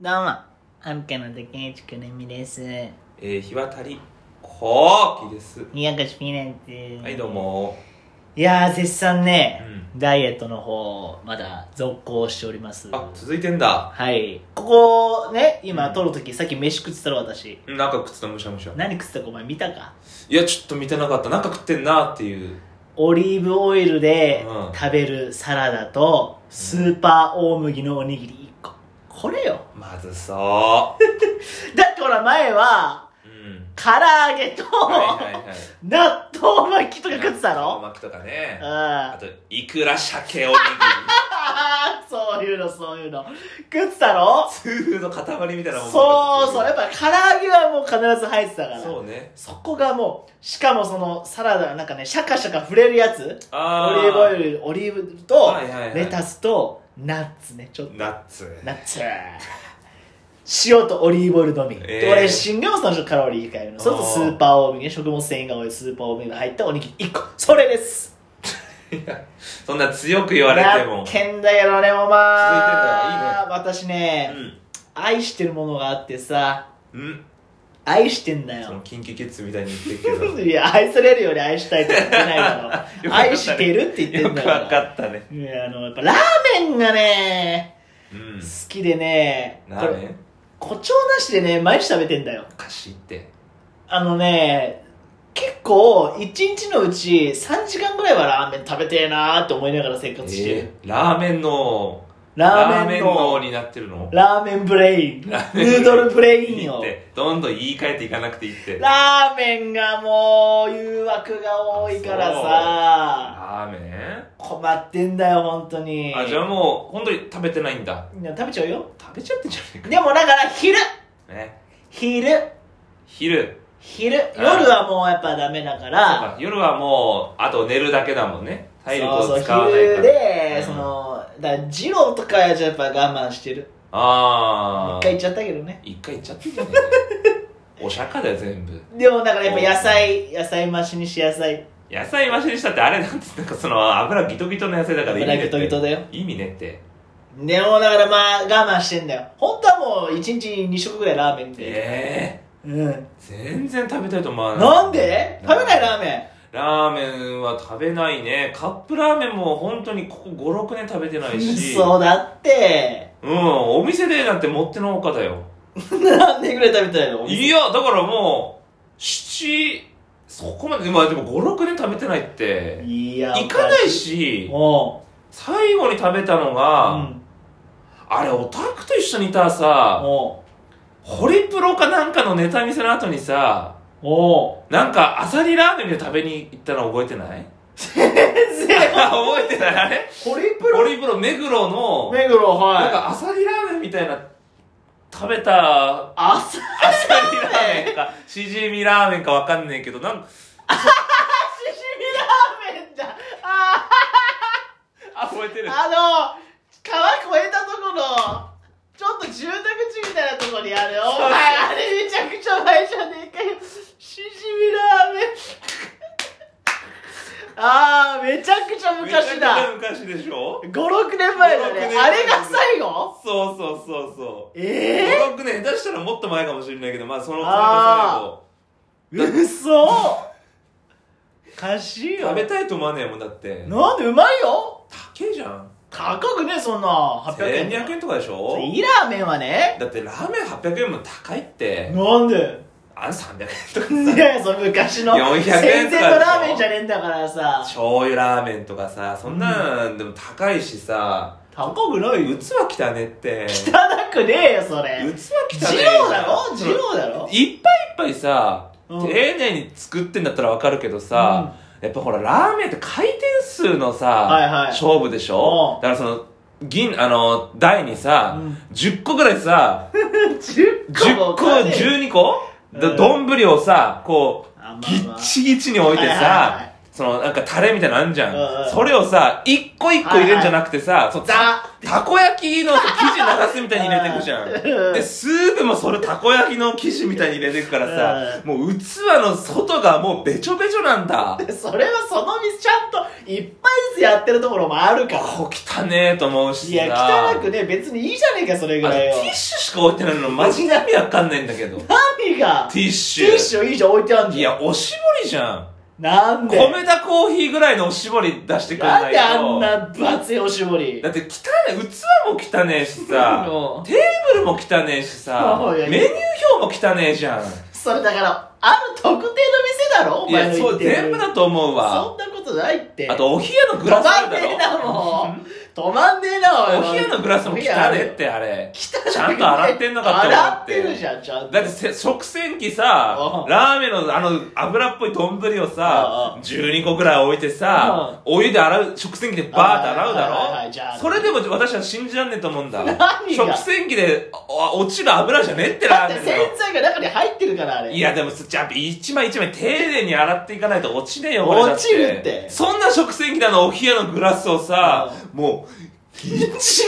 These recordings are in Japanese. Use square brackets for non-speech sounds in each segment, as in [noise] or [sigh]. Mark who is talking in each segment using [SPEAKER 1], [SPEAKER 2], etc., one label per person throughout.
[SPEAKER 1] どうも、アンカの竹内くるみです。
[SPEAKER 2] えー、日渡りこーきです。
[SPEAKER 1] 宮越ピーナッツです。
[SPEAKER 2] はい、どう。も。
[SPEAKER 1] いやー、絶賛ね、
[SPEAKER 2] う
[SPEAKER 1] ダイエットの方、まだ続行しております。
[SPEAKER 2] あ、続いてんだ。
[SPEAKER 1] はい。ここね、今
[SPEAKER 2] うん
[SPEAKER 1] 撮るとき、さっき飯食ってたろ、私。
[SPEAKER 2] うんなんか靴のむしゃむしゃ。
[SPEAKER 1] 何食ってたかお前見たか
[SPEAKER 2] いや、ちょっと見てなかった。なんか食ってんなっていう。
[SPEAKER 1] オリーブオイルで
[SPEAKER 2] うん
[SPEAKER 1] 食べるサラダと、スーパー大麦のおにぎり1個。これよ。
[SPEAKER 2] まずそ
[SPEAKER 1] だってほら、前は、
[SPEAKER 2] う。うん。
[SPEAKER 1] 唐揚げと、
[SPEAKER 2] はいはいはい。
[SPEAKER 1] 納豆巻きとか食ってた
[SPEAKER 2] お
[SPEAKER 1] ろ
[SPEAKER 2] まきとか
[SPEAKER 1] う
[SPEAKER 2] ね。
[SPEAKER 1] ん
[SPEAKER 2] あ。と、いくら鮭おにぎり。
[SPEAKER 1] あーそういうのそういうの食ってたろ
[SPEAKER 2] 痛風の塊みたいなもん。
[SPEAKER 1] そうそうやっぱ唐揚げはもう必ず入ってたから
[SPEAKER 2] そうね。
[SPEAKER 1] そこがもうしかもそのサラダなんかねシャカシャカ触れるやつ
[SPEAKER 2] あ
[SPEAKER 1] オリーブオ
[SPEAKER 2] ル。
[SPEAKER 1] イルオリーブと
[SPEAKER 2] はいはいはい
[SPEAKER 1] レタスとナッツねちょっと
[SPEAKER 2] ナッツ。
[SPEAKER 1] ナッツ塩とオリーブオイルのみ、
[SPEAKER 2] えー
[SPEAKER 1] で俺新料理の人カロリー控えるのそうするとスーパーオーミ食物繊維が多いスーパーオーミが入ったおにぎり1個それです
[SPEAKER 2] そんな強く言われても。
[SPEAKER 1] けんだけどねもまあ私
[SPEAKER 2] う
[SPEAKER 1] ね、
[SPEAKER 2] ん。
[SPEAKER 1] 愛してるものがあってさ
[SPEAKER 2] うん。
[SPEAKER 1] 愛してんだ
[SPEAKER 2] その、
[SPEAKER 1] よ
[SPEAKER 2] キンキキッズみたいに言ってる
[SPEAKER 1] [laughs]
[SPEAKER 2] けど。
[SPEAKER 1] いや愛されるより愛したいとか言ってないだろ、
[SPEAKER 2] [laughs] よくわかったね
[SPEAKER 1] 愛してるって言って
[SPEAKER 2] よ
[SPEAKER 1] ん
[SPEAKER 2] く
[SPEAKER 1] だから
[SPEAKER 2] わかったね。
[SPEAKER 1] いやあのやっぱラーメンがね
[SPEAKER 2] うん
[SPEAKER 1] 好。きでね
[SPEAKER 2] なあ
[SPEAKER 1] これ
[SPEAKER 2] ね。
[SPEAKER 1] 誇張なしでね毎日食べてんだよ
[SPEAKER 2] おかしいって。
[SPEAKER 1] あのね結構一日のうち3時間ぐらいはラーメン食べてえなーって思いながら生活してる、
[SPEAKER 2] えーラーメンの
[SPEAKER 1] ラーメン
[SPEAKER 2] の
[SPEAKER 1] の
[SPEAKER 2] になってるの
[SPEAKER 1] ラーメンブレインヌ
[SPEAKER 2] ラーメンブレイ
[SPEAKER 1] ー
[SPEAKER 2] ン
[SPEAKER 1] ドルブレイ
[SPEAKER 2] いい
[SPEAKER 1] ンを
[SPEAKER 2] ってどんどん言い換えていかなくていいってラ
[SPEAKER 1] ラーメンがもう誘惑が多いからさ
[SPEAKER 2] ーメン
[SPEAKER 1] 困ってんだよ本当に
[SPEAKER 2] あじゃあもう本当に食べてないんだ
[SPEAKER 1] みんな食べちゃうよ
[SPEAKER 2] 食べちゃってんじゃね
[SPEAKER 1] でもだから昼
[SPEAKER 2] えかね
[SPEAKER 1] 昼
[SPEAKER 2] 昼
[SPEAKER 1] 昼夜はもうやっぱダメだから
[SPEAKER 2] 夜はもうあと寝るだけだもんね体力
[SPEAKER 1] そうそう
[SPEAKER 2] を使わない
[SPEAKER 1] 昼
[SPEAKER 2] から
[SPEAKER 1] で、
[SPEAKER 2] うん
[SPEAKER 1] そのだから二郎とかじゃやっぱ我慢してる
[SPEAKER 2] ああ
[SPEAKER 1] 一回行っちゃったけどね
[SPEAKER 2] 一回いっちゃってんじゃねえお釈迦だよ全部
[SPEAKER 1] でもだからやっぱ野菜野菜増しにし野菜
[SPEAKER 2] 野菜増しにしたってあれなんてなんかその油ギトギトの野菜だから意味ね
[SPEAKER 1] 油
[SPEAKER 2] って
[SPEAKER 1] ギトギトだよ
[SPEAKER 2] 意味ねって
[SPEAKER 1] でもだからまあ我慢してんだよ本当はもう一日二食ぐらいラーメンで、
[SPEAKER 2] ええー
[SPEAKER 1] うん
[SPEAKER 2] 全然食べたいと思わない
[SPEAKER 1] なんで食べないラーメン
[SPEAKER 2] ラーメンは食べないねカップラーメンも本当にここ56年食べてないし
[SPEAKER 1] そうだって
[SPEAKER 2] うんお店でなんて持ってのほかだよ
[SPEAKER 1] 何年ぐらい食べたいの
[SPEAKER 2] いやだからもう7そこまでまあでも56年食べてないって
[SPEAKER 1] いや
[SPEAKER 2] 行かない
[SPEAKER 1] し
[SPEAKER 2] し
[SPEAKER 1] お
[SPEAKER 2] 最後に食べたの
[SPEAKER 1] う
[SPEAKER 2] が、
[SPEAKER 1] ん
[SPEAKER 2] あれオタクと一緒にいたさ
[SPEAKER 1] お
[SPEAKER 2] ホリプロかなんかのネタ見せの後にさ
[SPEAKER 1] うおう
[SPEAKER 2] なんかアサリラーメンで食べに行ったの覚えてない
[SPEAKER 1] 全然
[SPEAKER 2] [laughs] 覚えてないあれ
[SPEAKER 1] ホリプ
[SPEAKER 2] ホ
[SPEAKER 1] ロ
[SPEAKER 2] リプロ目黒の、
[SPEAKER 1] 目黒
[SPEAKER 2] なん
[SPEAKER 1] はい
[SPEAKER 2] かアサリラーメンみたいな、食べたア
[SPEAKER 1] 朝
[SPEAKER 2] サリラーメンか、しじみラーメンかわかんねえけど、なんか、
[SPEAKER 1] ししみラーメンだあ
[SPEAKER 2] あ、覚えてる。
[SPEAKER 1] あの川越えたとこのちょっと住宅地みたいなとこにあるお前あれめちゃくちゃ前じゃねえかよしじみラーメンああめちゃくちゃ昔だ
[SPEAKER 2] めちゃくちゃ昔でしょ
[SPEAKER 1] 56年前だね
[SPEAKER 2] 5 6年前
[SPEAKER 1] あれが最後
[SPEAKER 2] そうそうそうそう。
[SPEAKER 1] ええ
[SPEAKER 2] 5、6年、下手したらもっと前かもしれないけど、まあその、それ
[SPEAKER 1] あ
[SPEAKER 2] が
[SPEAKER 1] うそおかしい
[SPEAKER 2] 最後。食べたいと思わねえもんだって。
[SPEAKER 1] なんでうまいよ
[SPEAKER 2] 高えじゃん。
[SPEAKER 1] 高くねそんな800円
[SPEAKER 2] 1200円とかでしょ
[SPEAKER 1] いいラーメンはね
[SPEAKER 2] だってラーメン800円も高いって、
[SPEAKER 1] なんで
[SPEAKER 2] あん300円と
[SPEAKER 1] い
[SPEAKER 2] か
[SPEAKER 1] やいやその昔の
[SPEAKER 2] 400円とかでしょ
[SPEAKER 1] 戦前のラーメンじゃねえんだからさ
[SPEAKER 2] 醤油ラーメンとかさそんなんでも高いしさ、
[SPEAKER 1] 高くないよ
[SPEAKER 2] 器汚ねって器
[SPEAKER 1] 汚くねえよそれ
[SPEAKER 2] 汚ね
[SPEAKER 1] 二郎だろ
[SPEAKER 2] じ
[SPEAKER 1] 二
[SPEAKER 2] ゃん
[SPEAKER 1] 郎だろ
[SPEAKER 2] いっぱいいっぱいさ、
[SPEAKER 1] うん
[SPEAKER 2] 丁寧に作ってんだったらわかるけどさ、やっぱほらラーメンって回転数のさ、
[SPEAKER 1] はいはい
[SPEAKER 2] 勝負でしょ
[SPEAKER 1] うん
[SPEAKER 2] だからその銀あの台にさ、
[SPEAKER 1] うん
[SPEAKER 2] 10個ぐらいさ
[SPEAKER 1] 10
[SPEAKER 2] 10
[SPEAKER 1] 個も
[SPEAKER 2] 個
[SPEAKER 1] 置かねえ
[SPEAKER 2] 12個
[SPEAKER 1] うん
[SPEAKER 2] 丼、ぶりをさこう
[SPEAKER 1] あまあまあ
[SPEAKER 2] ギッチギチに置いてさ、
[SPEAKER 1] はいはいはい
[SPEAKER 2] そのなんかタレみたいなのあんじゃん、
[SPEAKER 1] うんうん
[SPEAKER 2] それをさ一個一個入れるんじゃなくてさ、そう
[SPEAKER 1] ザ
[SPEAKER 2] たこ焼きの生地流すみたいに入れてくじゃん
[SPEAKER 1] うん
[SPEAKER 2] でスープもそれたこ焼きの生地みたいに入れてくからさ
[SPEAKER 1] う
[SPEAKER 2] もう器の外がもうべちょべちょなんだ
[SPEAKER 1] それはその店ちゃんといっぱいずつやってるところもあるから
[SPEAKER 2] こう汚ねえと思うしさ
[SPEAKER 1] いや汚くね別にいいじゃねえかそれぐ
[SPEAKER 2] あ
[SPEAKER 1] らい
[SPEAKER 2] れ
[SPEAKER 1] よ
[SPEAKER 2] ティッシュしか置いてないのマジ意味わかんないんだけどテ
[SPEAKER 1] 何が
[SPEAKER 2] ィッ
[SPEAKER 1] テ
[SPEAKER 2] シュ
[SPEAKER 1] ィッシュいいじゃん置いてあん
[SPEAKER 2] い
[SPEAKER 1] じゃん
[SPEAKER 2] やおしぼりじゃん
[SPEAKER 1] なんで
[SPEAKER 2] 米田コーヒーぐらいのおしぼり出してくれ
[SPEAKER 1] な
[SPEAKER 2] なんい
[SPEAKER 1] で
[SPEAKER 2] と
[SPEAKER 1] あんな分厚いおしぼり
[SPEAKER 2] だって汚ね器も汚ねえし
[SPEAKER 1] [laughs]
[SPEAKER 2] さ
[SPEAKER 1] うん
[SPEAKER 2] テーブルも汚ねえしさ
[SPEAKER 1] そう
[SPEAKER 2] メ
[SPEAKER 1] や
[SPEAKER 2] ニュー表も汚ねえじゃん
[SPEAKER 1] それだからある特定の店だろお
[SPEAKER 2] いや
[SPEAKER 1] 前の
[SPEAKER 2] そ
[SPEAKER 1] 言っ
[SPEAKER 2] う
[SPEAKER 1] てる
[SPEAKER 2] 全部だと思うわ
[SPEAKER 1] そんなことないって
[SPEAKER 2] あとお冷やのグ
[SPEAKER 1] 止
[SPEAKER 2] ラス
[SPEAKER 1] ま
[SPEAKER 2] あ
[SPEAKER 1] ん
[SPEAKER 2] る
[SPEAKER 1] ね
[SPEAKER 2] だろ
[SPEAKER 1] えなもう止まんねえなおい
[SPEAKER 2] お冷やのグラスも汚ねえってあれちゃんと洗ってんのかって思
[SPEAKER 1] 洗
[SPEAKER 2] っ
[SPEAKER 1] っててるじゃんちゃんと
[SPEAKER 2] だってせ食洗機さ
[SPEAKER 1] うん
[SPEAKER 2] ラーメンのあの油っぽい丼をさ
[SPEAKER 1] うんうん
[SPEAKER 2] 12個ぐらい置いてさお湯で洗う食洗機でバーって洗うだ
[SPEAKER 1] はいはいはいはいじゃあ
[SPEAKER 2] ろそれでも私は信じらんねえと思うんだ
[SPEAKER 1] 何が
[SPEAKER 2] 食洗機でお落ちる油じゃねえって
[SPEAKER 1] だ
[SPEAKER 2] ラ
[SPEAKER 1] っ
[SPEAKER 2] ー
[SPEAKER 1] て
[SPEAKER 2] メン
[SPEAKER 1] 洗
[SPEAKER 2] の
[SPEAKER 1] 剤が中に入ってるからあれ
[SPEAKER 2] いやでもじゃあ一枚一枚丁寧に洗っていかないと落ちねえよ
[SPEAKER 1] 落
[SPEAKER 2] 俺だ
[SPEAKER 1] ちるって
[SPEAKER 2] そんな食洗機であのお冷やのグラスをさもうギチギチ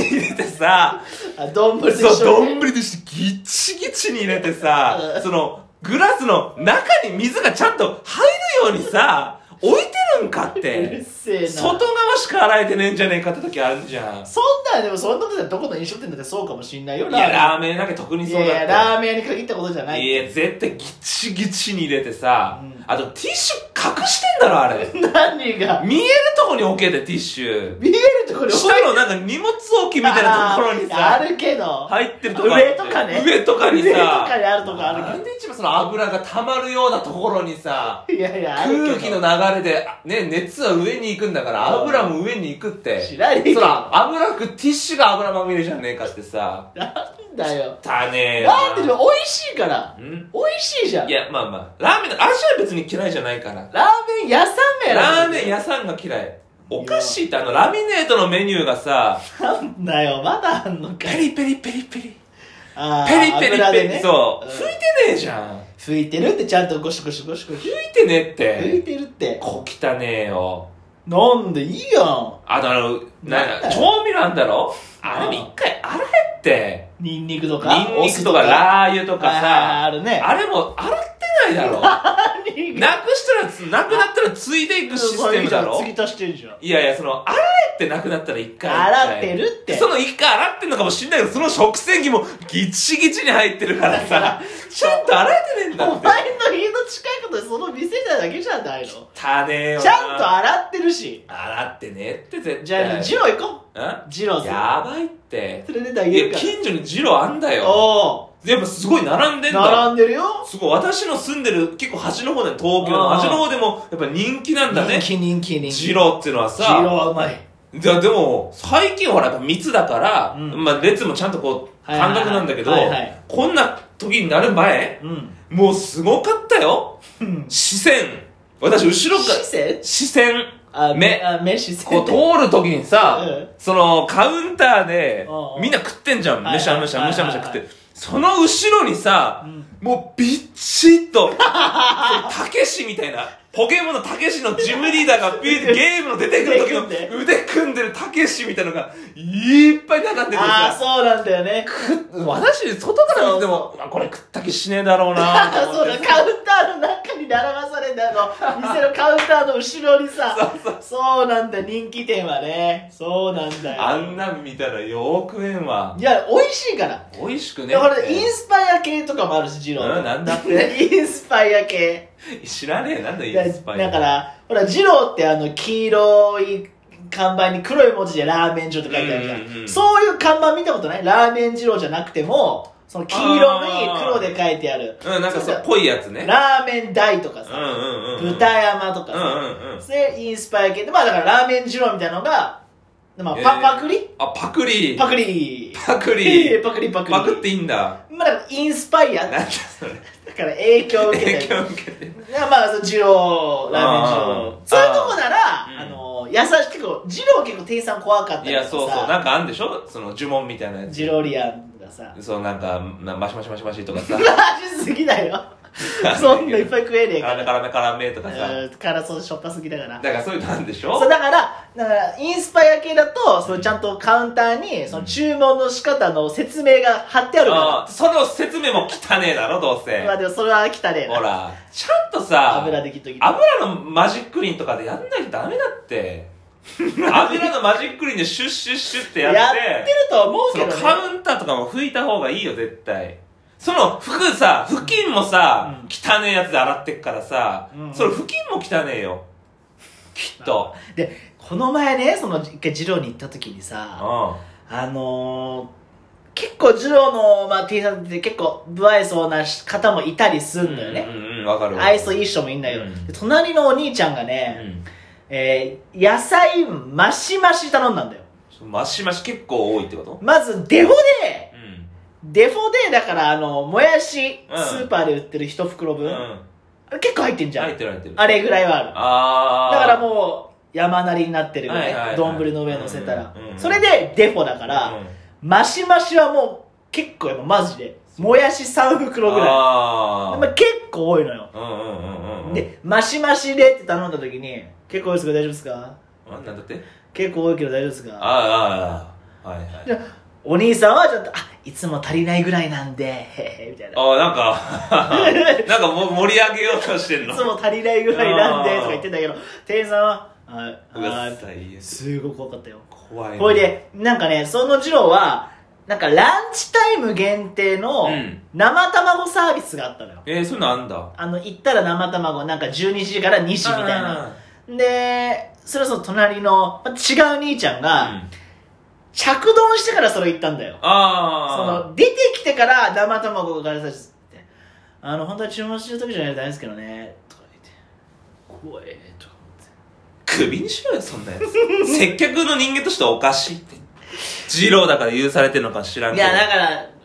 [SPEAKER 2] に入れてさ
[SPEAKER 1] あ丼と一
[SPEAKER 2] そう
[SPEAKER 1] 緒にね
[SPEAKER 2] 丼としてギチギチに入れてさ
[SPEAKER 1] うん
[SPEAKER 2] そのグラスの中に水がちゃんと入るようにさ置いてるんかっ
[SPEAKER 1] うる
[SPEAKER 2] て
[SPEAKER 1] せえな
[SPEAKER 2] 外側しか洗えてねえんじゃねえかって時あるじゃん
[SPEAKER 1] そんなんでもそんなことだったらどこの飲食店だってそうかもしんないよ
[SPEAKER 2] いやラー
[SPEAKER 1] ー
[SPEAKER 2] メンなんか特に
[SPEAKER 1] い
[SPEAKER 2] そうだった
[SPEAKER 1] やいやラーメン屋に限ったことじゃない
[SPEAKER 2] いや絶対ギチギチに入れてさ、
[SPEAKER 1] うん
[SPEAKER 2] あとティッシュ隠してんだろあ
[SPEAKER 1] [laughs]
[SPEAKER 2] れ
[SPEAKER 1] 何が
[SPEAKER 2] 見えるとこに置けてティッシュ
[SPEAKER 1] 見えるところに置い
[SPEAKER 2] 下のなんか荷物置きみたいなところに
[SPEAKER 1] あ
[SPEAKER 2] さ
[SPEAKER 1] ーあるけど
[SPEAKER 2] 入ってるとこあっ
[SPEAKER 1] 上
[SPEAKER 2] て
[SPEAKER 1] とかね
[SPEAKER 2] 上とかにさ
[SPEAKER 1] 上とかにあるとこあるけど
[SPEAKER 2] なんで一番その油が溜まるようなところにさ
[SPEAKER 1] いやいやあるけど
[SPEAKER 2] 空気の流れで、ね、熱は上に行くんだから
[SPEAKER 1] うん
[SPEAKER 2] 油も上に行くって
[SPEAKER 1] 知らねえけど
[SPEAKER 2] そら油くティッシュが油まみれじゃねえかってさ
[SPEAKER 1] なんだよ
[SPEAKER 2] 汚ねえ
[SPEAKER 1] なんででも美味しいから
[SPEAKER 2] うん
[SPEAKER 1] 美味しいじゃん
[SPEAKER 2] いや、まあまあ、ラーメンの、味は別に嫌いじゃないから。
[SPEAKER 1] ラーメン屋さんが
[SPEAKER 2] ラーメン
[SPEAKER 1] 屋
[SPEAKER 2] 屋さんが嫌い。おかしいって、あの、ラミネートのメニューがさ、
[SPEAKER 1] なんだよまだあんのか
[SPEAKER 2] ペ
[SPEAKER 1] い
[SPEAKER 2] リペリペリペリ。
[SPEAKER 1] あー
[SPEAKER 2] ペリペリ
[SPEAKER 1] 油
[SPEAKER 2] ペ
[SPEAKER 1] で
[SPEAKER 2] リ。
[SPEAKER 1] ね
[SPEAKER 2] そう。
[SPEAKER 1] ん
[SPEAKER 2] 拭いてねえじゃん。
[SPEAKER 1] 拭いてるってちゃんとゴシゴシゴシゴシ
[SPEAKER 2] 拭いてねえっ
[SPEAKER 1] 拭い
[SPEAKER 2] て。
[SPEAKER 1] てるって
[SPEAKER 2] こ汚ねえよ。
[SPEAKER 1] なんでいいやん
[SPEAKER 2] あとあの、
[SPEAKER 1] な
[SPEAKER 2] なんん
[SPEAKER 1] だよ
[SPEAKER 2] だ、調味料あんだろあれも一回洗えって。
[SPEAKER 1] ニンニクとか
[SPEAKER 2] ニンニクと
[SPEAKER 1] お
[SPEAKER 2] か
[SPEAKER 1] 酢
[SPEAKER 2] ラー油とか
[SPEAKER 1] はいはいはい
[SPEAKER 2] さ、
[SPEAKER 1] あるね
[SPEAKER 2] あれも洗ってないだろ。
[SPEAKER 1] 何が
[SPEAKER 2] なくしたら、なくなったらついでいくシステム
[SPEAKER 1] [laughs]
[SPEAKER 2] だろ
[SPEAKER 1] 次足してるじゃん
[SPEAKER 2] いやいや、その、洗えってなくなったら一回
[SPEAKER 1] 洗ってるって
[SPEAKER 2] その一回洗ってんのかもしんないけど、その食洗機もギチギチに入ってるから
[SPEAKER 1] [laughs]
[SPEAKER 2] さ、ちゃんと洗えてねえん
[SPEAKER 1] お前
[SPEAKER 2] だ
[SPEAKER 1] の
[SPEAKER 2] って。
[SPEAKER 1] 家の近いことでその店なだけじゃないのち
[SPEAKER 2] たねえよな。
[SPEAKER 1] ゃんと洗ってるし
[SPEAKER 2] 洗ってねえって絶対。
[SPEAKER 1] じゃあジロー行こう
[SPEAKER 2] う
[SPEAKER 1] ジロー
[SPEAKER 2] ん
[SPEAKER 1] さ
[SPEAKER 2] やばいって。
[SPEAKER 1] ん連れてってあ
[SPEAKER 2] い
[SPEAKER 1] げる
[SPEAKER 2] や、
[SPEAKER 1] か
[SPEAKER 2] 近所にジローあんだ
[SPEAKER 1] ら
[SPEAKER 2] よ。
[SPEAKER 1] お
[SPEAKER 2] やっぱすごい並んで
[SPEAKER 1] お
[SPEAKER 2] んだ。
[SPEAKER 1] 並んでるよ
[SPEAKER 2] すごい、私の住んでる、結構端の方で、東京の
[SPEAKER 1] あー
[SPEAKER 2] 端の方でも、やっぱ人気なんだね。
[SPEAKER 1] 人気人気人気
[SPEAKER 2] ジローっていうのは
[SPEAKER 1] ジ
[SPEAKER 2] さ、
[SPEAKER 1] ローはうまい
[SPEAKER 2] いやでも最近ほらやっぱ密だから、
[SPEAKER 1] うん
[SPEAKER 2] まあ、列もちゃんとこう
[SPEAKER 1] はいはいはい
[SPEAKER 2] 半額なんだけど、
[SPEAKER 1] はいはい
[SPEAKER 2] こんな時になる前
[SPEAKER 1] うん
[SPEAKER 2] もうすごかったよ視線私後ろか
[SPEAKER 1] 視
[SPEAKER 2] ら
[SPEAKER 1] 線
[SPEAKER 2] 視線
[SPEAKER 1] あ
[SPEAKER 2] 目
[SPEAKER 1] あ目視線
[SPEAKER 2] こう通る時に
[SPEAKER 1] [laughs]
[SPEAKER 2] さ、
[SPEAKER 1] うん
[SPEAKER 2] そのカウンターで
[SPEAKER 1] うんうん
[SPEAKER 2] みんな食ってんじゃん
[SPEAKER 1] はいはい
[SPEAKER 2] むしゃむしゃ
[SPEAKER 1] はいは
[SPEAKER 2] む
[SPEAKER 1] い
[SPEAKER 2] しゃ
[SPEAKER 1] はい
[SPEAKER 2] むしゃ食ってるその後ろにさ、
[SPEAKER 1] うん
[SPEAKER 2] もうびっちっ
[SPEAKER 1] [laughs]
[SPEAKER 2] とそうたけしみたいなポケモンのたけしのジムリーダーがビー
[SPEAKER 1] [laughs]
[SPEAKER 2] ってゲームの出てくる時の
[SPEAKER 1] 腕組ん
[SPEAKER 2] 腕組んでるたけしみたいなのがいっぱい並んでくる
[SPEAKER 1] ああ
[SPEAKER 2] さ
[SPEAKER 1] そうなんだよね
[SPEAKER 2] 私外から見てもあこれ食った気しねえだろうな
[SPEAKER 1] あ
[SPEAKER 2] と思
[SPEAKER 1] [laughs] そう
[SPEAKER 2] っ
[SPEAKER 1] だ
[SPEAKER 2] て
[SPEAKER 1] カウンターの中に並ばされてあの店のカウンターの後ろにさそうなんだ人気店はねそうなんだよ
[SPEAKER 2] あんなん見たらよくえんわ
[SPEAKER 1] いや美味しいから
[SPEAKER 2] 美味しくね
[SPEAKER 1] だからイン
[SPEAKER 2] い
[SPEAKER 1] スパイア系とかもあるしジロー
[SPEAKER 2] うんなんだっ
[SPEAKER 1] インスパイア系
[SPEAKER 2] 知らねえなんだイ
[SPEAKER 1] だ
[SPEAKER 2] ンスパイ
[SPEAKER 1] だからほらジローってあの黄色い看板に黒い文字でラーメン所って書いてあるじゃん,、
[SPEAKER 2] うんうんうん
[SPEAKER 1] そういう看板見たことないラーメンジローじゃなくてもその黄色に黒で書いてある
[SPEAKER 2] うんなんか
[SPEAKER 1] そ
[SPEAKER 2] そうう
[SPEAKER 1] だ
[SPEAKER 2] 濃いやつね
[SPEAKER 1] ラーメン大とか
[SPEAKER 2] う
[SPEAKER 1] さ、
[SPEAKER 2] んうんうん
[SPEAKER 1] 豚山とか
[SPEAKER 2] う
[SPEAKER 1] さ、
[SPEAKER 2] んうんうん
[SPEAKER 1] それインスパイア系でまあだからラーメン二郎みたいなのが、まあ、パ,、
[SPEAKER 2] えー
[SPEAKER 1] パクリ
[SPEAKER 2] あパクリ
[SPEAKER 1] パクリ
[SPEAKER 2] パクリ
[SPEAKER 1] パクリパクリ
[SPEAKER 2] パクっていいんだ
[SPEAKER 1] まあだからインスパイア
[SPEAKER 2] なん
[SPEAKER 1] だ
[SPEAKER 2] だそれ
[SPEAKER 1] から影響を受けて
[SPEAKER 2] 影響受けて
[SPEAKER 1] まあその二郎ラーメン二郎
[SPEAKER 2] あー
[SPEAKER 1] そういうとこなら
[SPEAKER 2] う
[SPEAKER 1] あ
[SPEAKER 2] ん
[SPEAKER 1] の優しい結構二郎結構店員さん怖かったり
[SPEAKER 2] い
[SPEAKER 1] と
[SPEAKER 2] や
[SPEAKER 1] か
[SPEAKER 2] そうそう
[SPEAKER 1] さ
[SPEAKER 2] なんかあんでしょその呪文みたいなやつ
[SPEAKER 1] 二郎リアンがさ [laughs]
[SPEAKER 2] そうなんかなマシマシマシマシとかさ [laughs]
[SPEAKER 1] マジすぎだよそんないっぱい食えねえか
[SPEAKER 2] あ
[SPEAKER 1] ら
[SPEAKER 2] れからめからめとかさ
[SPEAKER 1] うん辛そうしょっぱすぎだから
[SPEAKER 2] だからそういうのあるんでしょ
[SPEAKER 1] そうだからだからインスパイア系だとそのちゃんとカウンターにその注文の仕方の説明が貼ってある
[SPEAKER 2] あ
[SPEAKER 1] か
[SPEAKER 2] あその説明も汚ねえだろどうせ
[SPEAKER 1] らまあでもそれは飽きたね
[SPEAKER 2] ほらちゃんとさ
[SPEAKER 1] 油で切っとき
[SPEAKER 2] 油のマジックリンとかでやんないとダメだって油のマジックリンでシュッシュッシュッってやって
[SPEAKER 1] やってるとは思う
[SPEAKER 2] そ
[SPEAKER 1] けど
[SPEAKER 2] の
[SPEAKER 1] ね
[SPEAKER 2] カウンターとかも拭いた方がいいよ絶対その服さ布巾もさ、
[SPEAKER 1] うん
[SPEAKER 2] 汚ねえやつで洗ってっからさ、
[SPEAKER 1] うんうん
[SPEAKER 2] それ布巾も汚ねえよきっと
[SPEAKER 1] でこの前ねその一回二郎に行った時に
[SPEAKER 2] うん
[SPEAKER 1] さあのー、結構二郎の、まあ、T シャツって結構不愛想な方もいたりすんだよね、
[SPEAKER 2] うんうんわかるわ
[SPEAKER 1] 愛想いい人もいんだよ、
[SPEAKER 2] うん
[SPEAKER 1] で隣のお兄ちゃんが
[SPEAKER 2] う
[SPEAKER 1] ね、
[SPEAKER 2] ん
[SPEAKER 1] えー野菜マシマシ頼んだんだよ
[SPEAKER 2] そうマシマシ結構多いってこと
[SPEAKER 1] まずデフォで
[SPEAKER 2] うん
[SPEAKER 1] デフォでだからあのもやし
[SPEAKER 2] うん
[SPEAKER 1] スーパーで売ってる一袋分、
[SPEAKER 2] うん
[SPEAKER 1] 結構入ってんじゃん、
[SPEAKER 2] 入ってる入ってる
[SPEAKER 1] あれぐらいはある
[SPEAKER 2] あ
[SPEAKER 1] だ
[SPEAKER 2] ー
[SPEAKER 1] からもう山なりになってるよ
[SPEAKER 2] はい
[SPEAKER 1] ね
[SPEAKER 2] はいはい
[SPEAKER 1] 丼、の上乗せたら、
[SPEAKER 2] うんうん
[SPEAKER 1] それでデフォだから、
[SPEAKER 2] うん
[SPEAKER 1] マシマシはもう結構やっぱマジでもやし3袋ぐらい
[SPEAKER 2] あ
[SPEAKER 1] まあ、結構多いのよ、
[SPEAKER 2] あうんうんうんうんうん
[SPEAKER 1] でマシマシでって頼んだ時に結構多いですけど大丈夫ですか
[SPEAKER 2] あなんだって
[SPEAKER 1] 結構多いけど大丈夫ですか
[SPEAKER 2] あーあーあーはいはい
[SPEAKER 1] でお兄さんはちょっとあいつも足りないぐらいなんでへへみたいな
[SPEAKER 2] ああなんか [laughs] なんかも盛り上げようとしてん
[SPEAKER 1] い
[SPEAKER 2] の
[SPEAKER 1] つも足りないぐらいなんで
[SPEAKER 2] あー
[SPEAKER 1] とか言ってんだけど店員さんはあ
[SPEAKER 2] うわ
[SPEAKER 1] あ
[SPEAKER 2] 最悪
[SPEAKER 1] すごく多かったよ
[SPEAKER 2] 怖いね
[SPEAKER 1] ほいでなんかねその次郎はなんかランチタイム限定の
[SPEAKER 2] うん
[SPEAKER 1] 生卵サービスがあったのよ、
[SPEAKER 2] えー、そういうのあんだ
[SPEAKER 1] あの、行ったら生卵、なんか12時から2時みたいな。で、それこそ隣の、まあ違う兄ちゃん
[SPEAKER 2] あ、う
[SPEAKER 1] が、
[SPEAKER 2] ん、
[SPEAKER 1] 着丼してからそれ行ったんだよ。そ
[SPEAKER 2] あ
[SPEAKER 1] の、出てきてから生卵がからさせて、あの、本当は注文してる時じゃないとダメですけどね、とか言って、怖え、とか
[SPEAKER 2] そのクビにしろよそんなやつ接客の人間としておかしいって二郎だから許されてんのか知ら
[SPEAKER 1] 思
[SPEAKER 2] ん
[SPEAKER 1] って。い
[SPEAKER 2] けど
[SPEAKER 1] や、だか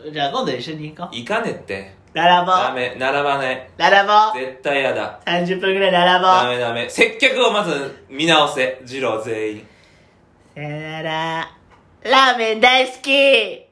[SPEAKER 1] ら、じゃあ今度一緒に行こう。
[SPEAKER 2] 行かねって
[SPEAKER 1] ララボ
[SPEAKER 2] ダメ並ばない
[SPEAKER 1] ララボ
[SPEAKER 2] 絶対やだ
[SPEAKER 1] !30 分ぐらいララボ
[SPEAKER 2] ダメダメ接客をまず見直せ二郎全員
[SPEAKER 1] さよなら、ラーメン大好き